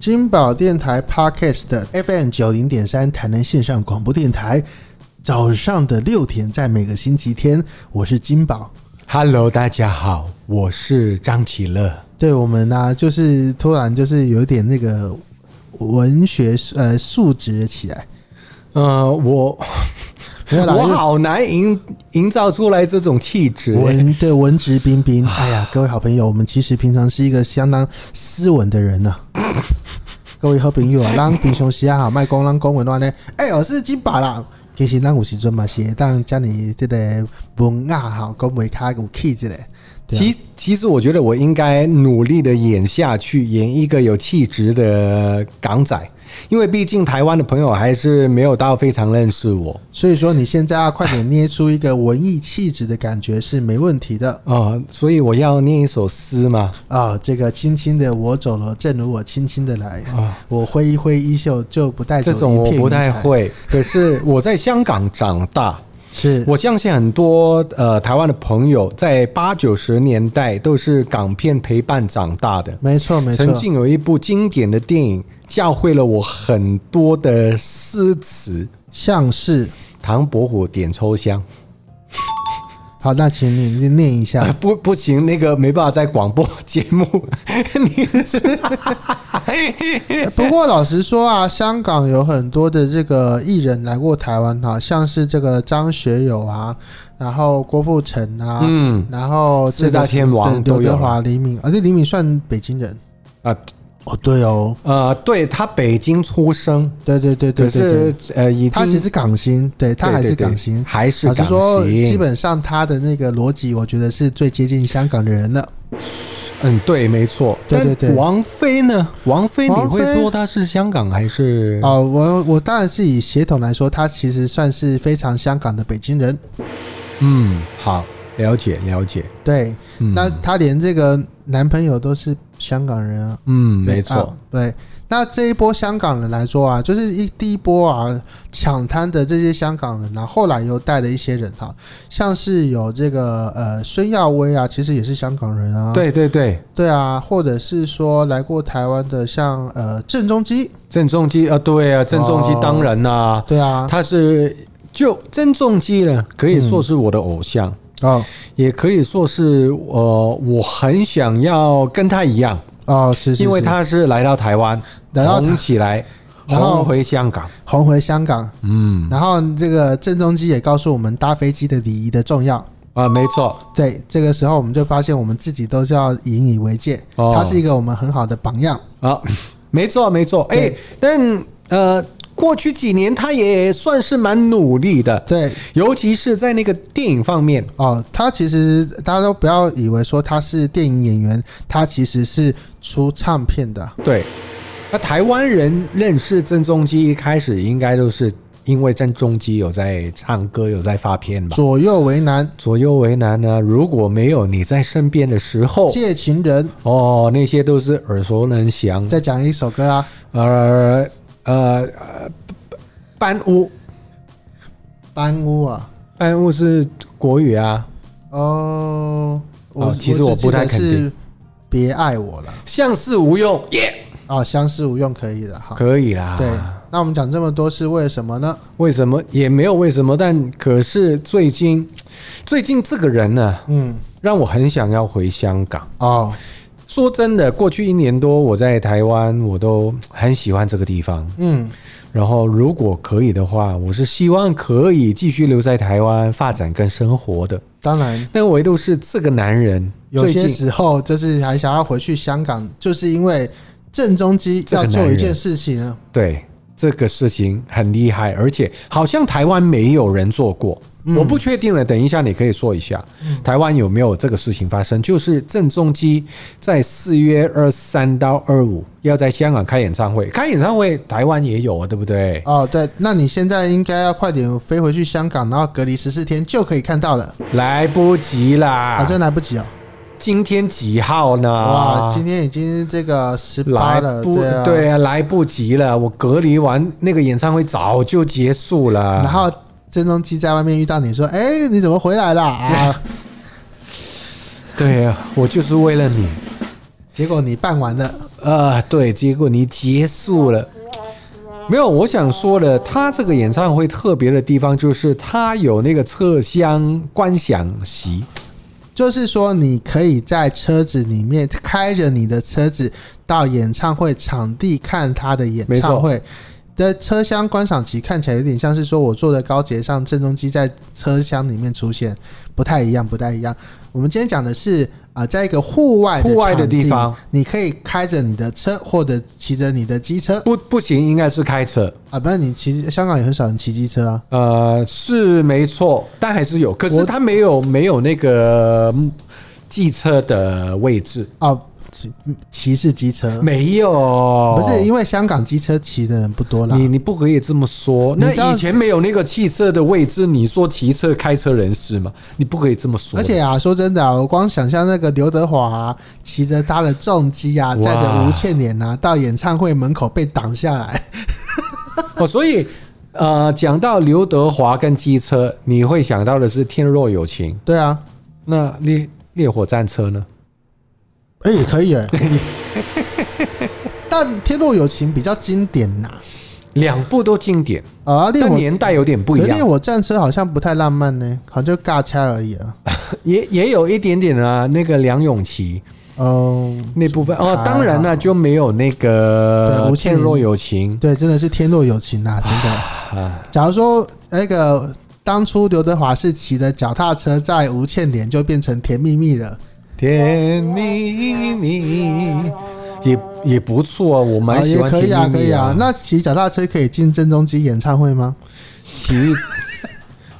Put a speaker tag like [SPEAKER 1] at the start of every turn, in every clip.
[SPEAKER 1] 金宝电台 Podcast FM 九零点三台南线上广播电台，早上的六点，在每个星期天，我是金宝。
[SPEAKER 2] Hello，大家好，我是张启乐。
[SPEAKER 1] 对我们呢、就是突然就是有点那个文学呃素质起来，
[SPEAKER 2] 呃，我
[SPEAKER 1] 没有啦
[SPEAKER 2] 我好难营营造出来这种气质、
[SPEAKER 1] 文对文质彬彬。哎呀，各位好朋友，我们其实平常是一个相当斯文的人 呢、各位好朋友啊，让平常时啊，卖讲咱讲文话呢，哎、我是金宝啦。其实咱有时阵嘛是会当将你这个文雅哈讲袂较有气质嘞。对啊
[SPEAKER 2] 其其实我觉得我应该努力的演下去，演一个有气质的港仔，因为毕竟台湾的朋友还是没有到非常认识我。
[SPEAKER 1] 所以说你现在要快点捏出一个文艺气质的感觉是没问题的
[SPEAKER 2] 呃，所以我要念一首诗嘛。
[SPEAKER 1] 啊、这个轻轻的我走了，正如我轻轻的来，
[SPEAKER 2] 啊
[SPEAKER 1] 我挥一挥衣袖就不哎带走
[SPEAKER 2] 这种
[SPEAKER 1] 一
[SPEAKER 2] 我
[SPEAKER 1] 片
[SPEAKER 2] 不
[SPEAKER 1] 云
[SPEAKER 2] 太
[SPEAKER 1] 彩。
[SPEAKER 2] 会，可是我在香港长大，
[SPEAKER 1] 是
[SPEAKER 2] 我相信很多呃台湾的朋友在八九十年代都是港片陪伴长大的。
[SPEAKER 1] 没错没错
[SPEAKER 2] 曾，经有一部经典的电影教会了我很多的诗词，
[SPEAKER 1] 像是
[SPEAKER 2] 唐伯虎点秋香。
[SPEAKER 1] 好，那请你你念一下
[SPEAKER 2] 啊，不，不行，那个没办法在广播节目。 你
[SPEAKER 1] 不过老实说啊，香港有很多的这个艺人来过台湾哈，像是这个张学友啊，然后郭富城啊，
[SPEAKER 2] 嗯
[SPEAKER 1] 然后这
[SPEAKER 2] 四
[SPEAKER 1] 个
[SPEAKER 2] 大天王
[SPEAKER 1] 对
[SPEAKER 2] 都
[SPEAKER 1] 刘
[SPEAKER 2] 有啊
[SPEAKER 1] 德
[SPEAKER 2] 了
[SPEAKER 1] 华、黎明，而且黎明算北京人
[SPEAKER 2] 啊
[SPEAKER 1] 哦，对哦，
[SPEAKER 2] 呃，对他北京出生，
[SPEAKER 1] 对对对对
[SPEAKER 2] 可
[SPEAKER 1] 对对
[SPEAKER 2] 是，呃已经
[SPEAKER 1] 他其实港星，对他
[SPEAKER 2] 对
[SPEAKER 1] 还
[SPEAKER 2] 对
[SPEAKER 1] 是
[SPEAKER 2] 对
[SPEAKER 1] 港星。
[SPEAKER 2] 还是
[SPEAKER 1] 老
[SPEAKER 2] 港
[SPEAKER 1] 实
[SPEAKER 2] 星。
[SPEAKER 1] 说，基本上他的那个逻辑，我觉得是最接近香港的人了。
[SPEAKER 2] 嗯，对，没错。
[SPEAKER 1] 对对
[SPEAKER 2] 但
[SPEAKER 1] 对
[SPEAKER 2] 王菲呢？王菲，你
[SPEAKER 1] 王
[SPEAKER 2] 会
[SPEAKER 1] 菲
[SPEAKER 2] 说她是香港还是？
[SPEAKER 1] 哦，我我当然是以血统来说，他其实算是非常香港的北京人。
[SPEAKER 2] 嗯，好，了解了解。
[SPEAKER 1] 对，
[SPEAKER 2] 嗯，
[SPEAKER 1] 那他连这个男朋友都是香港人啊。
[SPEAKER 2] 嗯，
[SPEAKER 1] 对
[SPEAKER 2] 没错。
[SPEAKER 1] 啊对。那这一波香港人来说啊，就是一第一波啊抢滩的这些香港人啊，后来又带了一些人哈、像是有这个呃孙耀威啊，其实也是香港人啊，
[SPEAKER 2] 对对对，
[SPEAKER 1] 对啊，或者是说来过台湾的像呃郑中基，
[SPEAKER 2] 郑中基啊，对啊，郑中基
[SPEAKER 1] 哦
[SPEAKER 2] 当然啦、
[SPEAKER 1] 对啊，
[SPEAKER 2] 他是就郑中基呢，可以说是我的偶像，
[SPEAKER 1] 哦
[SPEAKER 2] 也可以说是呃，我很想要跟他一样，
[SPEAKER 1] 哦是是是，
[SPEAKER 2] 因为他是来到台湾
[SPEAKER 1] 来到
[SPEAKER 2] 红
[SPEAKER 1] 台
[SPEAKER 2] 起来，
[SPEAKER 1] 然后
[SPEAKER 2] 红回香港。
[SPEAKER 1] 红回香港，
[SPEAKER 2] 嗯
[SPEAKER 1] 然后这个郑中基也告诉我们搭飞机的礼仪的重要。
[SPEAKER 2] 啊，没错，
[SPEAKER 1] 对，这个时候我们就发现我们自己都是要引以为戒，
[SPEAKER 2] 哦
[SPEAKER 1] 他是一个我们很好的榜样。
[SPEAKER 2] 啊， 没错，没错。哎、
[SPEAKER 1] 对
[SPEAKER 2] 但呃，过去几年他也算是蛮努力的，
[SPEAKER 1] 对，
[SPEAKER 2] 尤其是在那个电影方面。
[SPEAKER 1] 哦，他其实大家都不要以为说他是电影演员，他其实是出唱片的。
[SPEAKER 2] 对，那台湾人认识郑中基一开始应该都是因为郑中基有在唱歌，有在发片吧。
[SPEAKER 1] 左右为难，
[SPEAKER 2] 左右为难呢，如果没有你在身边的时候，
[SPEAKER 1] 借情人，
[SPEAKER 2] 哦，那些都是耳熟能详。
[SPEAKER 1] 再讲一首歌啊，
[SPEAKER 2] 呃呃，班屋，
[SPEAKER 1] 搬屋啊。
[SPEAKER 2] 班屋是国语啊，
[SPEAKER 1] 哦，我、
[SPEAKER 2] 哦其实我
[SPEAKER 1] 只记
[SPEAKER 2] 不太
[SPEAKER 1] 得
[SPEAKER 2] 肯
[SPEAKER 1] 是
[SPEAKER 2] 定
[SPEAKER 1] 别爱我了
[SPEAKER 2] 相似无用，啊耶、
[SPEAKER 1] 啊，相思无用可以的哈。
[SPEAKER 2] 可以啦。
[SPEAKER 1] 对，那我们讲这么多是为了什么呢？
[SPEAKER 2] 为什么也没有为什么，但可是最近，最近这个人呢、
[SPEAKER 1] 嗯，
[SPEAKER 2] 让我很想要回香港。
[SPEAKER 1] 哦，
[SPEAKER 2] 说真的，过去一年多我在台湾，我都很喜欢这个地方。
[SPEAKER 1] 嗯，
[SPEAKER 2] 然后，如果可以的话，我是希望可以继续留在台湾发展跟生活的。
[SPEAKER 1] 当然，
[SPEAKER 2] 但唯独是这个男人，
[SPEAKER 1] 有
[SPEAKER 2] 最
[SPEAKER 1] 些
[SPEAKER 2] 近
[SPEAKER 1] 时候就是还想要回去香港，就是因为郑中基
[SPEAKER 2] 这
[SPEAKER 1] 要
[SPEAKER 2] 个男
[SPEAKER 1] 做一
[SPEAKER 2] 人
[SPEAKER 1] 件事情啊，
[SPEAKER 2] 对这个事情很厉害，而且好像台湾没有人做过。
[SPEAKER 1] 嗯
[SPEAKER 2] 我不确定了，等一下你可以说一下，台湾有没有这个事情发生？就是郑中基在四月二三到二五要在香港开演唱会，开演唱会台湾也有啊，对不对？
[SPEAKER 1] 哦，对，那你现在应该要快点飞回去香港，然后隔离十四天就可以看到了，
[SPEAKER 2] 来不及啦！
[SPEAKER 1] 啊，真来不及哦！
[SPEAKER 2] 今天几号呢？
[SPEAKER 1] 哇，今天已经这个十八
[SPEAKER 2] 啊来
[SPEAKER 1] 了，
[SPEAKER 2] 不
[SPEAKER 1] 对啊，
[SPEAKER 2] 对啊，来不及了！我隔离完那个演唱会早就结束了。
[SPEAKER 1] 然后郑中基在外面遇到你说：“哎，你怎 么回来啦？”啊，
[SPEAKER 2] 对啊，我就是为了你，
[SPEAKER 1] 结果你办完了，
[SPEAKER 2] 啊，对，结果你结束了。没有，我想说的，他这个演唱会特别的地方就是他有那个侧厢观想席，
[SPEAKER 1] 就是说你可以在车子里面开着你的车子到演唱会场地看他的演唱会。的车厢观赏席看起来有点像是说我坐的高铁上，郑中基在车厢里面出现，不太一样，不太一样。我们今天讲的是啊、呃在一个户外
[SPEAKER 2] 户外的
[SPEAKER 1] 场
[SPEAKER 2] 地方，
[SPEAKER 1] 你可以开着你的车或者骑着你的机车
[SPEAKER 2] 不不行，应该是开车，
[SPEAKER 1] 啊，不是你骑香港也很少人骑机车啊，
[SPEAKER 2] 呃，是没错，但还是有，可是
[SPEAKER 1] 我
[SPEAKER 2] 他没有没有那个嗯机车的位置，
[SPEAKER 1] 哦，骑骑士机车。
[SPEAKER 2] 没有，
[SPEAKER 1] 不是因为香港机车骑的人不多啦，
[SPEAKER 2] 你你不可以这么说。
[SPEAKER 1] 你
[SPEAKER 2] 那
[SPEAKER 1] 知道
[SPEAKER 2] 以前没有那个汽车的位置，你说骑车开车人士嘛？你不可以这么说。
[SPEAKER 1] 而且啊，说真的、啊，我光想象那个刘德华啊骑着他的重机啊，
[SPEAKER 2] 哇
[SPEAKER 1] 载着吴倩莲啊，到演唱会门口被挡下 来，
[SPEAKER 2] 哦，所以呃，讲到刘德华跟机车，你会想到的是《天若有情》。
[SPEAKER 1] 对啊，
[SPEAKER 2] 那烈烈火战车呢？
[SPEAKER 1] 哎、也可 以哎、但《天若有情》比较经典呐、
[SPEAKER 2] 两部都经典，
[SPEAKER 1] 啊，烈
[SPEAKER 2] 但
[SPEAKER 1] 火
[SPEAKER 2] 年代有点不
[SPEAKER 1] 可
[SPEAKER 2] 一
[SPEAKER 1] 是烈
[SPEAKER 2] 样，
[SPEAKER 1] 火战车好像不太浪漫呢、好像就尬掐而已 啊。
[SPEAKER 2] 也也有一点点啊。那个梁咏琪
[SPEAKER 1] 嗯，
[SPEAKER 2] 那部分
[SPEAKER 1] 还
[SPEAKER 2] 哦
[SPEAKER 1] 好，
[SPEAKER 2] 当然了就没有那
[SPEAKER 1] 对啊
[SPEAKER 2] 个
[SPEAKER 1] 吴
[SPEAKER 2] 《
[SPEAKER 1] 倩
[SPEAKER 2] 天
[SPEAKER 1] 莲
[SPEAKER 2] 若有情
[SPEAKER 1] 对，真的是天若有情呐、真的。》
[SPEAKER 2] 啊。
[SPEAKER 1] 假如说那个当初刘德华是骑着脚踏车在吴倩莲，就变成甜蜜蜜了。
[SPEAKER 2] 甜蜜蜜也也不错啊，我蛮
[SPEAKER 1] 啊，
[SPEAKER 2] 喜
[SPEAKER 1] 也
[SPEAKER 2] 欢
[SPEAKER 1] 可
[SPEAKER 2] 甜蜜
[SPEAKER 1] 以啊，
[SPEAKER 2] 蜜、
[SPEAKER 1] 可以啊。那骑脚踏车可以进郑中基演唱会吗？
[SPEAKER 2] 骑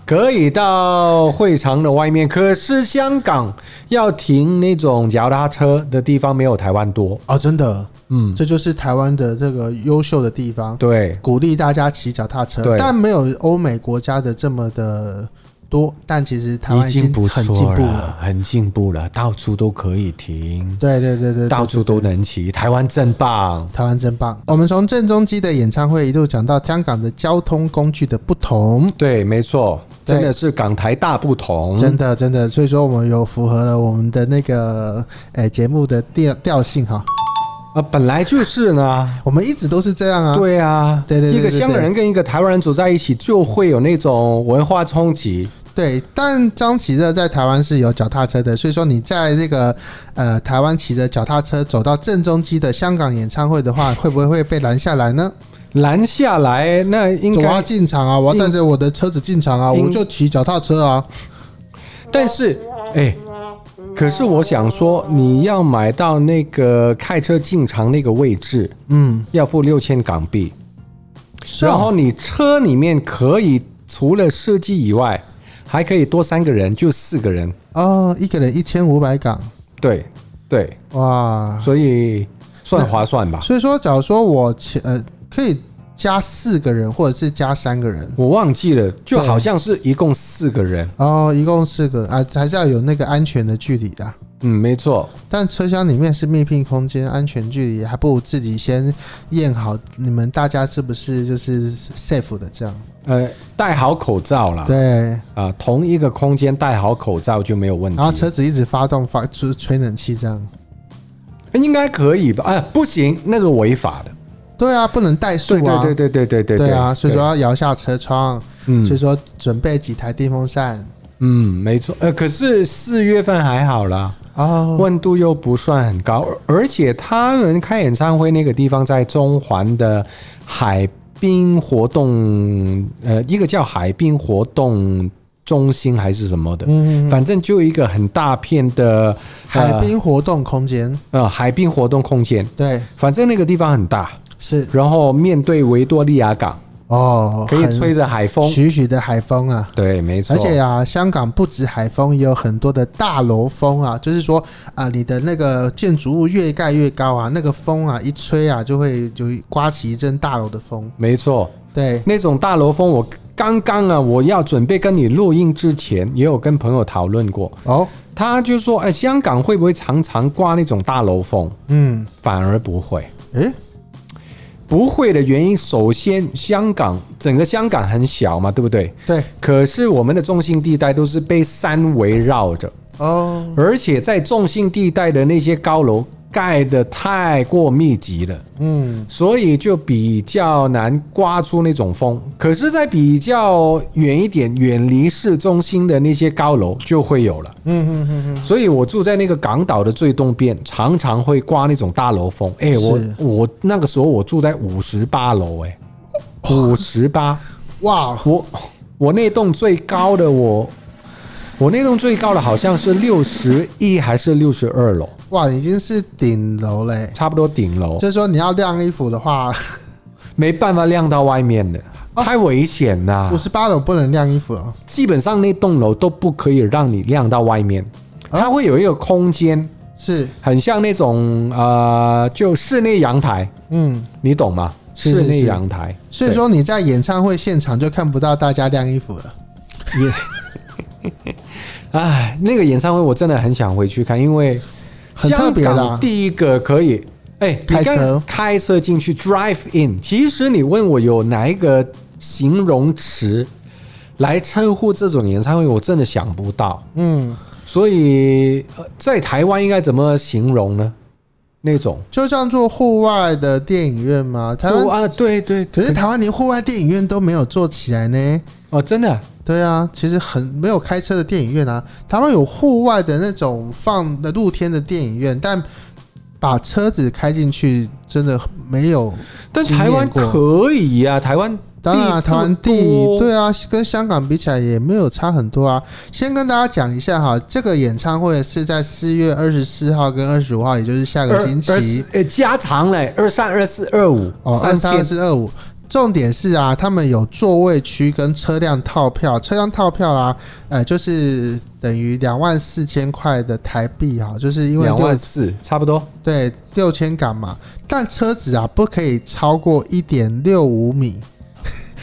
[SPEAKER 2] 可以到会场的外面，可是香港要停那种脚踏车的地方没有台湾多。
[SPEAKER 1] 哦，真的，
[SPEAKER 2] 嗯，
[SPEAKER 1] 这就是台湾的这个优秀的地方，
[SPEAKER 2] 对，
[SPEAKER 1] 鼓励大家骑脚踏车，
[SPEAKER 2] 对
[SPEAKER 1] 但没有欧美国家的这么的多。但其实台湾已经
[SPEAKER 2] 不
[SPEAKER 1] 很进
[SPEAKER 2] 错
[SPEAKER 1] 步
[SPEAKER 2] 了
[SPEAKER 1] 了，，
[SPEAKER 2] 很进步了，到处都可以停，
[SPEAKER 1] 对对对对，
[SPEAKER 2] 到处
[SPEAKER 1] 对
[SPEAKER 2] 都能骑，台湾真棒。
[SPEAKER 1] 台湾真棒。我们从郑中基的演唱会一路讲到香港的交通工具的不同。
[SPEAKER 2] 对，没错，
[SPEAKER 1] 对
[SPEAKER 2] 真的是港台大不同。
[SPEAKER 1] 真的，真的，所以说我们有符合了我们的那个诶节、目的调调性哈，
[SPEAKER 2] 啊，本来就是呢。
[SPEAKER 1] 我们一直都是这样啊。
[SPEAKER 2] 对啊，
[SPEAKER 1] 啊对对对
[SPEAKER 2] 一个
[SPEAKER 1] 对
[SPEAKER 2] 香港人跟一个台湾人走在一起，就会有那种文化冲击。
[SPEAKER 1] 对，但张起热在台湾是有脚踏车的，所以说你在这个呃台湾骑着脚踏车走到正中期的香港演唱会的话，会不会会被拦下来呢？
[SPEAKER 2] 拦下来，那应
[SPEAKER 1] 我要
[SPEAKER 2] 该，
[SPEAKER 1] 进场啊，我要带着我的车子进场啊，
[SPEAKER 2] 应
[SPEAKER 1] 我就骑脚踏车啊。
[SPEAKER 2] 但是，哎、可是我想说，你要买到那个开车进场那个位置，
[SPEAKER 1] 嗯，
[SPEAKER 2] 要付六千港币，
[SPEAKER 1] 是
[SPEAKER 2] 然
[SPEAKER 1] 啊
[SPEAKER 2] 后，你车里面可以除了司机以外，还可以多三个人，就四个人。
[SPEAKER 1] 哦，一个人一千五百港，
[SPEAKER 2] 对对，
[SPEAKER 1] 哇！
[SPEAKER 2] 所以算划算吧。
[SPEAKER 1] 所以说，假如说我骑呃可以加四个人，或者是加三个人。
[SPEAKER 2] 我忘记了，就好像是一共四个人。
[SPEAKER 1] 哦，一共四个啊，还是要有那个安全的距离的。
[SPEAKER 2] 嗯，没错。
[SPEAKER 1] 但车厢里面是密闭空间，安全距离还不如自己先验好，你们大家是不是就是 safe 的这样？
[SPEAKER 2] 呃，戴好口罩啦。
[SPEAKER 1] 对，
[SPEAKER 2] 啊、同一个空间戴好口罩就没有问题。
[SPEAKER 1] 然后车子一直发动发吹吹冷气这样。
[SPEAKER 2] 哎应该可以吧？啊，不行，那个违法的。
[SPEAKER 1] 对啊，不能怠速
[SPEAKER 2] 对
[SPEAKER 1] 啊。
[SPEAKER 2] 对对对对对对
[SPEAKER 1] 对啊，所以说，要摇下车窗，所以
[SPEAKER 2] 嗯
[SPEAKER 1] 说准备几台电风扇。
[SPEAKER 2] 嗯，没错。呃，可是四月份还好啦，
[SPEAKER 1] 哦，
[SPEAKER 2] 温度又不算很高，而而且他们开演唱会那个地方在中环的海滨活动，呃，一个叫海滨活动中心还是什么的，
[SPEAKER 1] 嗯，
[SPEAKER 2] 反正就一个很大片的
[SPEAKER 1] 海滨活动空间，
[SPEAKER 2] 呃海滨活动空间，
[SPEAKER 1] 对，
[SPEAKER 2] 反正那个地方很大，
[SPEAKER 1] 是
[SPEAKER 2] 然后面对维多利亚港，
[SPEAKER 1] 哦，
[SPEAKER 2] 可以
[SPEAKER 1] 很
[SPEAKER 2] 吹着海风。
[SPEAKER 1] 徐徐的海风啊。
[SPEAKER 2] 对，没错。
[SPEAKER 1] 而且啊，香港不止海风，也有很多的大楼风啊，就是说啊、你的那个建筑物越盖越高啊，那个风啊一吹啊，就会就刮起一阵大楼的风。
[SPEAKER 2] 没错，
[SPEAKER 1] 对，
[SPEAKER 2] 那种大楼风，我刚刚啊，我要准备跟你录音之前，也有跟朋友讨论过，
[SPEAKER 1] 哦，
[SPEAKER 2] 他就说，哎，香港会不会常常刮那种大楼风？
[SPEAKER 1] 嗯，
[SPEAKER 2] 反而不会，
[SPEAKER 1] 诶，
[SPEAKER 2] 不会的原因，首先香港整个香港很小嘛，对不对？
[SPEAKER 1] 对，
[SPEAKER 2] 可是我们的中心地带都是被山围绕着，
[SPEAKER 1] 哦，
[SPEAKER 2] 而且在中心地带的那些高楼盖的太过密集了，
[SPEAKER 1] 嗯，
[SPEAKER 2] 所以就比较难刮出那种风。可是，在比较远一点、远离市中心的那些高楼就会有了。
[SPEAKER 1] 嗯嗯嗯嗯，
[SPEAKER 2] 所以我住在那个港岛的最东边，常常会刮那种大楼风。哎、我
[SPEAKER 1] 是
[SPEAKER 2] 我那个时候我住在五十八楼，哎，五十八，
[SPEAKER 1] 哇，
[SPEAKER 2] 我我那栋最高的我，我那栋最高的好像是六十一还是六十二楼，
[SPEAKER 1] 哇，已经是顶楼嘞。
[SPEAKER 2] 差不多顶楼，
[SPEAKER 1] 就是说你要晾衣服的话，
[SPEAKER 2] 没办法晾到外面的，
[SPEAKER 1] 啊
[SPEAKER 2] 太危险啦
[SPEAKER 1] 五。十八楼不能晾衣服哦。
[SPEAKER 2] 基本上那栋楼都不可以让你晾到外面，
[SPEAKER 1] 啊
[SPEAKER 2] 它会有一个空间，
[SPEAKER 1] 是，
[SPEAKER 2] 很像那种呃，就室内阳台，
[SPEAKER 1] 嗯，
[SPEAKER 2] 你懂吗？
[SPEAKER 1] 是是
[SPEAKER 2] 室内阳台，
[SPEAKER 1] 所以说你在演唱会现场就看不到大家晾衣服了。
[SPEAKER 2] 对也，哎，那个演唱会我真的很想回去看，因为
[SPEAKER 1] 很特别啦
[SPEAKER 2] 香港第一个可以。哎，你
[SPEAKER 1] 开
[SPEAKER 2] 看
[SPEAKER 1] 车
[SPEAKER 2] 开车进去 drive in。其实你问我有哪一个形容词来称呼这种演唱会，我真的想不到。
[SPEAKER 1] 嗯，
[SPEAKER 2] 所以呃在台湾应该怎么形容呢？那种
[SPEAKER 1] 就叫做户外的电影院吗？台湾，
[SPEAKER 2] 啊，对对，
[SPEAKER 1] 可是台湾连户外电影院都没有做起来呢。
[SPEAKER 2] 哦，真的
[SPEAKER 1] 对啊，其实很没有开车的电影院啊，台湾有户外的那种放的露天的电影院，但把车子开进去真的没有。
[SPEAKER 2] 但台湾
[SPEAKER 1] 经验
[SPEAKER 2] 可以呀、台湾
[SPEAKER 1] 当然啊，
[SPEAKER 2] 地这
[SPEAKER 1] 台
[SPEAKER 2] 么
[SPEAKER 1] 湾地
[SPEAKER 2] 多
[SPEAKER 1] 对啊，跟香港比起来也没有差很多啊。先跟大家讲一下哈，这个演唱会是在四月二十四号跟二十五号，也就是下个
[SPEAKER 2] 二
[SPEAKER 1] 星
[SPEAKER 2] 二十
[SPEAKER 1] 期
[SPEAKER 2] 呃加长嘞，二三、二四、二五
[SPEAKER 1] 哦，二
[SPEAKER 2] 三
[SPEAKER 1] 三、二
[SPEAKER 2] 天
[SPEAKER 1] 四、二五。重点是啊，他们有座位区跟车辆套票，车辆套票啊，呃，就是等于两万四千块的台币哈，就是因为
[SPEAKER 2] 两
[SPEAKER 1] 六
[SPEAKER 2] 万四差不多。
[SPEAKER 1] 对六千港嘛，但车子啊不可以超过一点六五米，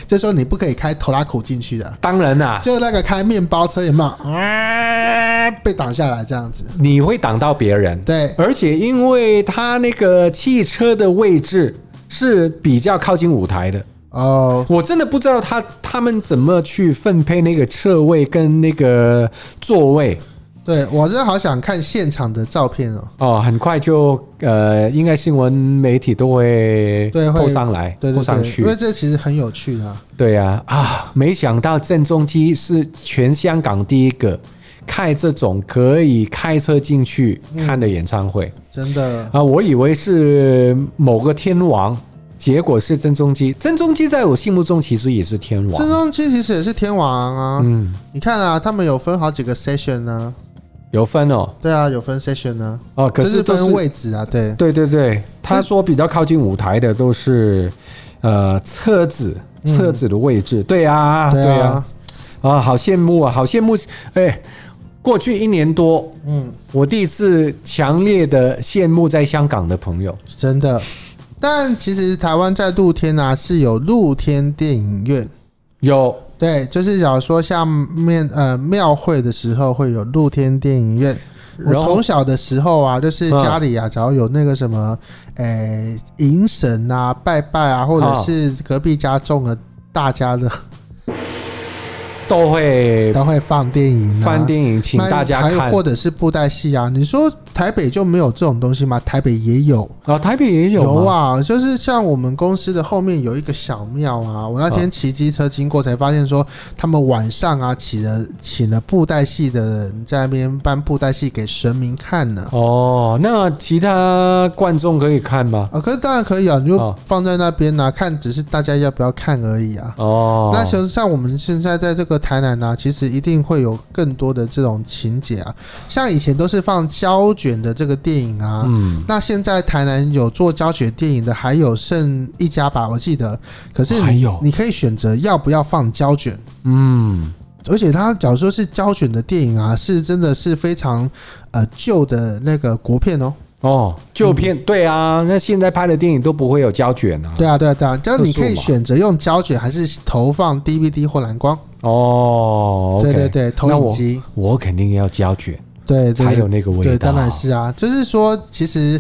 [SPEAKER 1] 就说你不可以开头拉口进去的。
[SPEAKER 2] 当然啦、
[SPEAKER 1] 就那个开面包车有没有啊？被挡下来这样子，
[SPEAKER 2] 你会挡到别人，
[SPEAKER 1] 对，
[SPEAKER 2] 而且因为它那个汽车的位置是比较靠近舞台的，
[SPEAKER 1] 哦，
[SPEAKER 2] 我真的不知道他他们怎么去分配那个车位跟那个座位
[SPEAKER 1] 对我真的好想看现场的照片哦。
[SPEAKER 2] 哦，很快就呃，应该新闻媒体都会
[SPEAKER 1] 对会
[SPEAKER 2] 扣上来，
[SPEAKER 1] 对
[SPEAKER 2] 扣
[SPEAKER 1] 对
[SPEAKER 2] 上
[SPEAKER 1] 对，因为
[SPEAKER 2] 去，
[SPEAKER 1] 这其实很有趣的、啊，
[SPEAKER 2] 对呀啊没想到郑中基是全香港第一个开这种可以开车进去看的演唱会、
[SPEAKER 1] 真的。
[SPEAKER 2] 啊，我以为是某个天王，结果是郑中基，郑中基在我心目中其实也是天王
[SPEAKER 1] 郑，中基其实也是天王啊，
[SPEAKER 2] 嗯，
[SPEAKER 1] 你看啊，他们有分好几个 session 呢、
[SPEAKER 2] 有分哦，
[SPEAKER 1] 对啊，有分 session 呢、
[SPEAKER 2] 哦，可
[SPEAKER 1] 就是
[SPEAKER 2] 都是
[SPEAKER 1] 分位置啊，对，
[SPEAKER 2] 对对对，他说比较靠近舞台的都是，呃，车子车子的位置。对啊，对啊
[SPEAKER 1] 嗯啊，，
[SPEAKER 2] 啊，好羡慕啊，好羡慕！哎，过去一年多，
[SPEAKER 1] 嗯，
[SPEAKER 2] 我第一次强烈的羡慕在香港的朋友。
[SPEAKER 1] 真的。但其实台湾在露天啊是有露天电影院，
[SPEAKER 2] 有
[SPEAKER 1] 对，就是假如说像面呃庙会的时候会有露天电影院。我
[SPEAKER 2] 然后
[SPEAKER 1] 从小的时候啊，就是
[SPEAKER 2] 嗯
[SPEAKER 1] 家里啊，只要有那个什么，诶、迎神啊、拜拜啊，或者
[SPEAKER 2] 啊
[SPEAKER 1] 是隔壁家种了大家的，
[SPEAKER 2] 都会
[SPEAKER 1] 都会放电影、啊。
[SPEAKER 2] 翻电影，请
[SPEAKER 1] 那
[SPEAKER 2] 大家
[SPEAKER 1] 还有
[SPEAKER 2] 看。
[SPEAKER 1] 或者是布袋戏啊。你说台北就没有这种东西吗？台北也有，
[SPEAKER 2] 啊，台北也有吗，
[SPEAKER 1] 啊，就是像我们公司的后面有一个小庙啊，我那天骑机车经过才发现说，他们晚上啊请了请了布袋戏的人在那边搬布袋戏给神明看呢。
[SPEAKER 2] 哦，那其他观众可以看吗？
[SPEAKER 1] 啊，可是当然可以啊，你就
[SPEAKER 2] 哦
[SPEAKER 1] 放在那边啊，看只是大家要不要看而已啊。
[SPEAKER 2] 哦，
[SPEAKER 1] 那像像我们现在在这个台南啊，其实一定会有更多的这种情节啊，像以前都是放胶卷的这个电影啊，
[SPEAKER 2] 嗯，
[SPEAKER 1] 那现在台南有做胶卷电影的，还有剩一家吧，我记得。可是你
[SPEAKER 2] 哦还有
[SPEAKER 1] 你可以选择要不要放胶卷，
[SPEAKER 2] 嗯，
[SPEAKER 1] 而且它假如说是胶卷的电影啊，是真的是非常呃旧的那个国片哦。
[SPEAKER 2] 哦，旧片、对啊，那现在拍的电影都不会有胶卷啊。
[SPEAKER 1] 对啊，对啊，对啊，这样你可
[SPEAKER 2] 这是
[SPEAKER 1] 以
[SPEAKER 2] 我嘛
[SPEAKER 1] 选择用胶卷还是投放 DVD 或蓝光。
[SPEAKER 2] 哦，OK
[SPEAKER 1] 对对对，投
[SPEAKER 2] 那
[SPEAKER 1] 影
[SPEAKER 2] 我
[SPEAKER 1] 机。
[SPEAKER 2] 我肯定要胶卷
[SPEAKER 1] 对，对
[SPEAKER 2] 才
[SPEAKER 1] 对
[SPEAKER 2] 有那个味道。
[SPEAKER 1] 对，当然是啊，就是说，其实，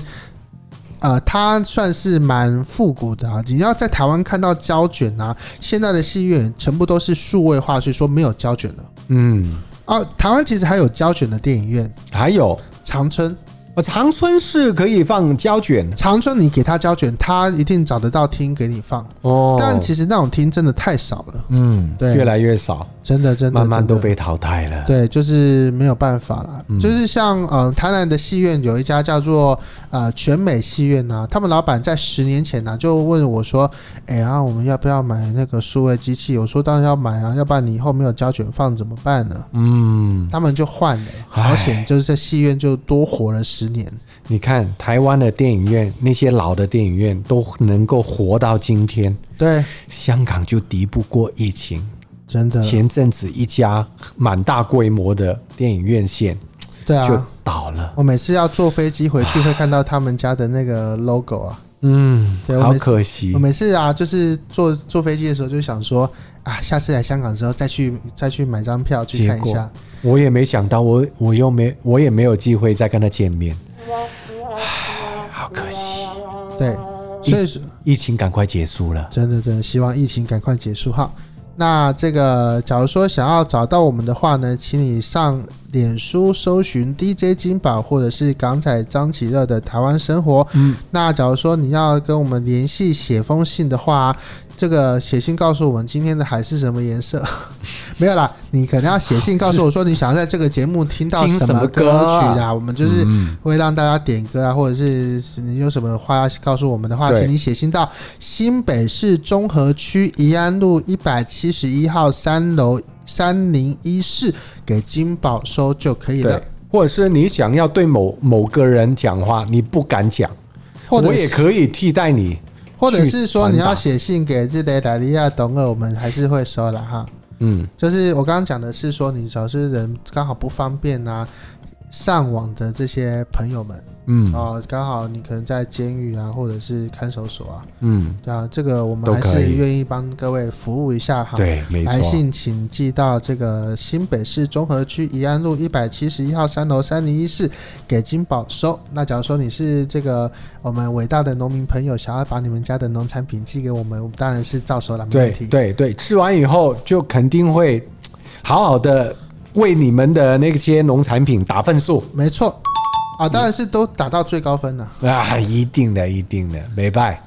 [SPEAKER 1] 呃，它算是蛮复古的啊。你要在台湾看到胶卷啊，现在的戏院全部都是数位化，所以说没有胶卷了。
[SPEAKER 2] 嗯，
[SPEAKER 1] 啊，台湾其实还有胶卷的电影院，
[SPEAKER 2] 还有
[SPEAKER 1] 长春
[SPEAKER 2] 呃长春是可以放胶卷
[SPEAKER 1] 长春你给他胶卷，他一定找得到听给你放，
[SPEAKER 2] 哦，
[SPEAKER 1] 但其实那种听真的太少了，
[SPEAKER 2] 嗯，
[SPEAKER 1] 对
[SPEAKER 2] 越来越少，
[SPEAKER 1] 真的真的
[SPEAKER 2] 慢慢都
[SPEAKER 1] 真的
[SPEAKER 2] 被淘汰了。
[SPEAKER 1] 对，就是没有办法啦。
[SPEAKER 2] 嗯
[SPEAKER 1] 就是像呃，台南的戏院有一家叫做呃全美戏院呐、他们老板在十年前呐、就问我说：“哎、呀、我们要不要买那个数位机器？”我说：“当然要买啊，要不然你以后没有胶卷放怎么办呢
[SPEAKER 2] 嗯？”，
[SPEAKER 1] 他们就换了，
[SPEAKER 2] 唉
[SPEAKER 1] 好险，就是在戏院就多活了十年。
[SPEAKER 2] 你看台湾的电影院，那些老的电影院都能够活到今天，
[SPEAKER 1] 对，
[SPEAKER 2] 香港就敌不过疫情。
[SPEAKER 1] 真的，
[SPEAKER 2] 前阵子一家蛮大规模的电影院线
[SPEAKER 1] 对
[SPEAKER 2] 就
[SPEAKER 1] 啊。
[SPEAKER 2] 倒了，
[SPEAKER 1] 我每次要坐飞机回去，会看到他们家的那个 logo 啊。
[SPEAKER 2] 嗯，
[SPEAKER 1] 对我
[SPEAKER 2] 好
[SPEAKER 1] 每次
[SPEAKER 2] 可惜
[SPEAKER 1] 我。每次啊，就是坐坐飞机的时候，就想说啊，下次来香港的时候再去再去买张票去看一
[SPEAKER 2] 结
[SPEAKER 1] 下
[SPEAKER 2] 果。我也没想到，我我又没我也没有机会再跟他见面，唉好可惜。
[SPEAKER 1] 对，所以说
[SPEAKER 2] 疫情赶快结束了，
[SPEAKER 1] 真的真的希望疫情赶快结束哈。那这个，假如说想要找到我们的话呢，请你上脸书搜寻 DJ 金宝或者是港仔张启乐的台湾生活。
[SPEAKER 2] 嗯，
[SPEAKER 1] 那假如说你要跟我们联系写封信的话，这个写信告诉我们今天的海是什么颜色。 没有啦，你可能要写信告诉我说你想要在这个节目听到
[SPEAKER 2] 听
[SPEAKER 1] 什
[SPEAKER 2] 什
[SPEAKER 1] 么
[SPEAKER 2] 么
[SPEAKER 1] 歌
[SPEAKER 2] 歌
[SPEAKER 1] 曲啊，我们就是
[SPEAKER 2] 嗯
[SPEAKER 1] 会让大家点歌啊，或者是你有什么话要告诉我们的话，
[SPEAKER 2] 对
[SPEAKER 1] 请你写信到新北市中和区宜安路一百七十一号三楼三零一室给金宝收就可以了
[SPEAKER 2] 对。，或者是你想要对某某个人讲话，你不敢讲，
[SPEAKER 1] 或者
[SPEAKER 2] 我也
[SPEAKER 1] 是
[SPEAKER 2] 可以替代你。
[SPEAKER 1] 或者是说你
[SPEAKER 2] 去传
[SPEAKER 1] 要
[SPEAKER 2] 达
[SPEAKER 1] 写信给日雷达利亚董尔，我们还是会收了哈。
[SPEAKER 2] 嗯，
[SPEAKER 1] 就是我刚刚讲的是说，你找是人刚好不方便啊，上网的这些朋友们
[SPEAKER 2] 嗯
[SPEAKER 1] 哦，刚好你可能在监狱啊，或者是看守所啊，
[SPEAKER 2] 嗯，
[SPEAKER 1] 对啊，这个我们
[SPEAKER 2] 都
[SPEAKER 1] 还
[SPEAKER 2] 可
[SPEAKER 1] 是
[SPEAKER 2] 以
[SPEAKER 1] 愿意帮各位服务一下哈。，
[SPEAKER 2] 对，没
[SPEAKER 1] 来
[SPEAKER 2] 错。
[SPEAKER 1] 信请寄到这个新北市中和区宜安路一百七十一号三楼三零一室给金宝收。那假如说你是这个我们伟大的农民朋友，想要把你们家的农产品寄给我们，我们当然是照收了，没
[SPEAKER 2] 对
[SPEAKER 1] 问题。
[SPEAKER 2] 对对，吃完以后就肯定会好好的为你们的那些农产品打分数
[SPEAKER 1] 没错。啊，当然是都打到最高分了。
[SPEAKER 2] 啊，一定的，一定的，没拜。